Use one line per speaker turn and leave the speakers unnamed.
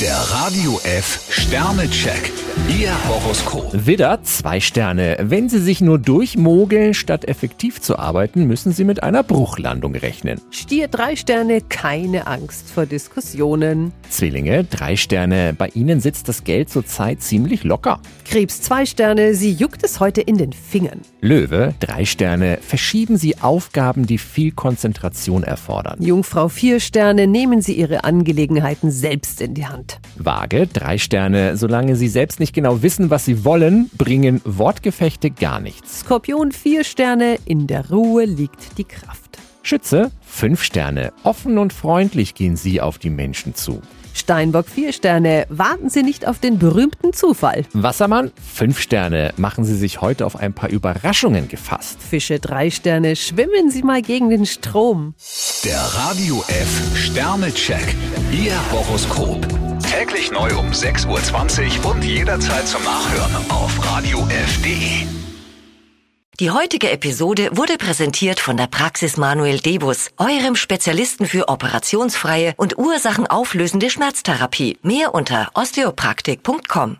Der Radio F Sternecheck. Ihr Horoskop.
Widder, zwei Sterne. Wenn Sie sich nur durchmogeln, statt effektiv zu arbeiten, müssen Sie mit einer Bruchlandung rechnen.
Stier drei Sterne, keine Angst vor Diskussionen.
Zwillinge, drei Sterne. Bei Ihnen sitzt das Geld zurzeit ziemlich locker.
Krebs zwei Sterne, sie juckt es heute in den Fingern.
Löwe, drei Sterne. Verschieben Sie Aufgaben, die viel Konzentration erfordern.
Jungfrau vier Sterne, nehmen Sie Ihre Angelegenheiten selbst in die Hand.
Waage, drei Sterne. Solange Sie selbst nicht genau wissen, was Sie wollen, bringen Wortgefechte gar nichts.
Skorpion vier Sterne, in der Ruhe liegt die Kraft.
Schütze, fünf Sterne. Offen und freundlich gehen Sie auf die Menschen zu.
Steinbock vier Sterne, warten Sie nicht auf den berühmten Zufall.
Wassermann, fünf Sterne. Machen Sie sich heute auf ein paar Überraschungen gefasst.
Fische drei Sterne, schwimmen Sie mal gegen den Strom.
Der Radio F Sternecheck. Ihr Horoskop. Täglich neu um 6.20 Uhr und jederzeit zum Nachhören auf Radio E. radiof.de.
Die heutige Episode wurde präsentiert von der Praxis Manuel Debus, eurem Spezialisten für operationsfreie und ursachenauflösende Schmerztherapie. Mehr unter osteopraktik.com.